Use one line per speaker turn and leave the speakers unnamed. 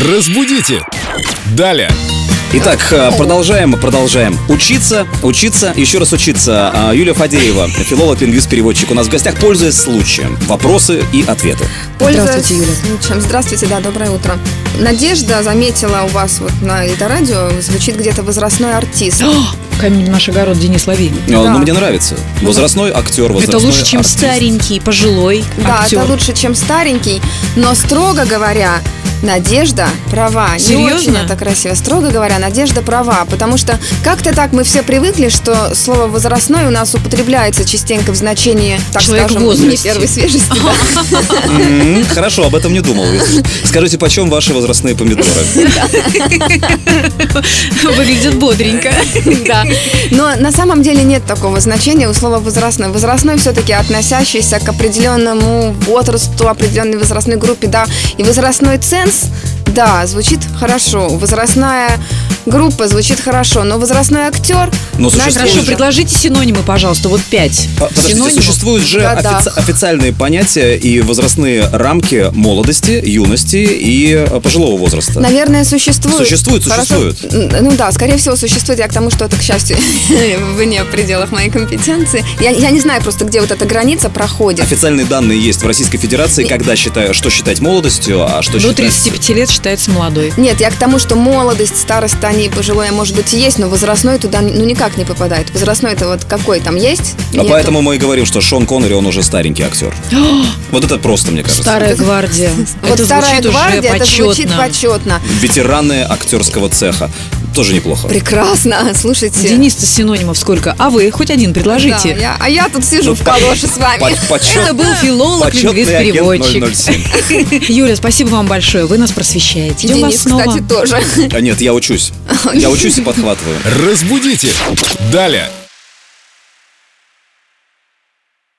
Разбудите! Далее!
Итак, э, продолжаем, продолжаем. Учиться, учиться, еще раз учиться. А, Юлия Фадеева, филолог, лингвист, переводчик. У нас в гостях, пользуясь случаем. Вопросы и ответы. Э,
Пользуясь
Здравствуйте, Юля.
случаем. Здравствуйте, да, доброе утро. Надежда заметила у вас вот на это радио звучит где-то возрастной артист.
А, Камень наш огород Денис Лови.
Э,
Да.
Ну, мне нравится. Возрастной актер, возрастной
Это лучше, чем
артист.
старенький, пожилой
Да,
актер.
это лучше, чем старенький, но строго говоря, Надежда права. Не
Серьезно?
очень это красиво. Строго говоря, Надежда права, потому что как-то так мы все привыкли, что слово возрастной у нас употребляется частенько в значении, так
Человек в
скажем, не
возрасте.
первой свежести. да.
М, Хорошо, об этом не думал. если что. Скажите, почем ваши возрастные помидоры?
Выглядит бодренько. Да.
Но на самом деле нет такого значения у слова возрастной. Возрастной все-таки относящийся к определенному возрасту, определенной возрастной группе, да. И возрастной ценз, да, звучит хорошо. Возрастная группа звучит хорошо, но возрастной актер...
Но
знаете,
существует
Хорошо,
же-
предложите синонимы, пожалуйста, вот пять.
А, Подождите,
Синонимов.
существуют же
годах.
офици- официальные понятия и возрастные рамки молодости, юности и э, пожилого возраста.
Наверное, существует.
Существует,
Хорошо.
существует.
Н- Ну да, скорее всего, существует. Я к тому, что это, к счастью, вне пределах моей компетенции. Я, я не знаю просто, где вот эта граница проходит.
Официальные данные есть в Российской Федерации, когда считаю, что считать молодостью, а что
До
считать...
35 лет считается молодой.
Нет, я к тому, что молодость, старость, они пожилая, может быть, и есть, но возрастной туда ну никак не попадает. Возрастной это вот какой там есть?
А
Нету.
поэтому мы и говорим, что Шон Коннери, он уже старенький актер. Вот это просто, мне кажется.
Старая гвардия.
Вот
это
старая
звучит уже
гвардия, это звучит
почетно.
почетно.
Ветераны актерского цеха. Тоже неплохо.
Прекрасно, слушайте.
Денис-то синонимов сколько? А вы хоть один
Да,
предложите.
я- а я тут сижу
Ну,
в калоше с вами.
По- почет-
а Это был филолог,
почетный агент
лингвист-переводчик.
007.
Юля, спасибо вам большое. Вы нас просвещаете. Ждем вас
Денис,
снова.
кстати, тоже.
А нет, я учусь. Я учусь и подхватываю.
Разбудите! Далее!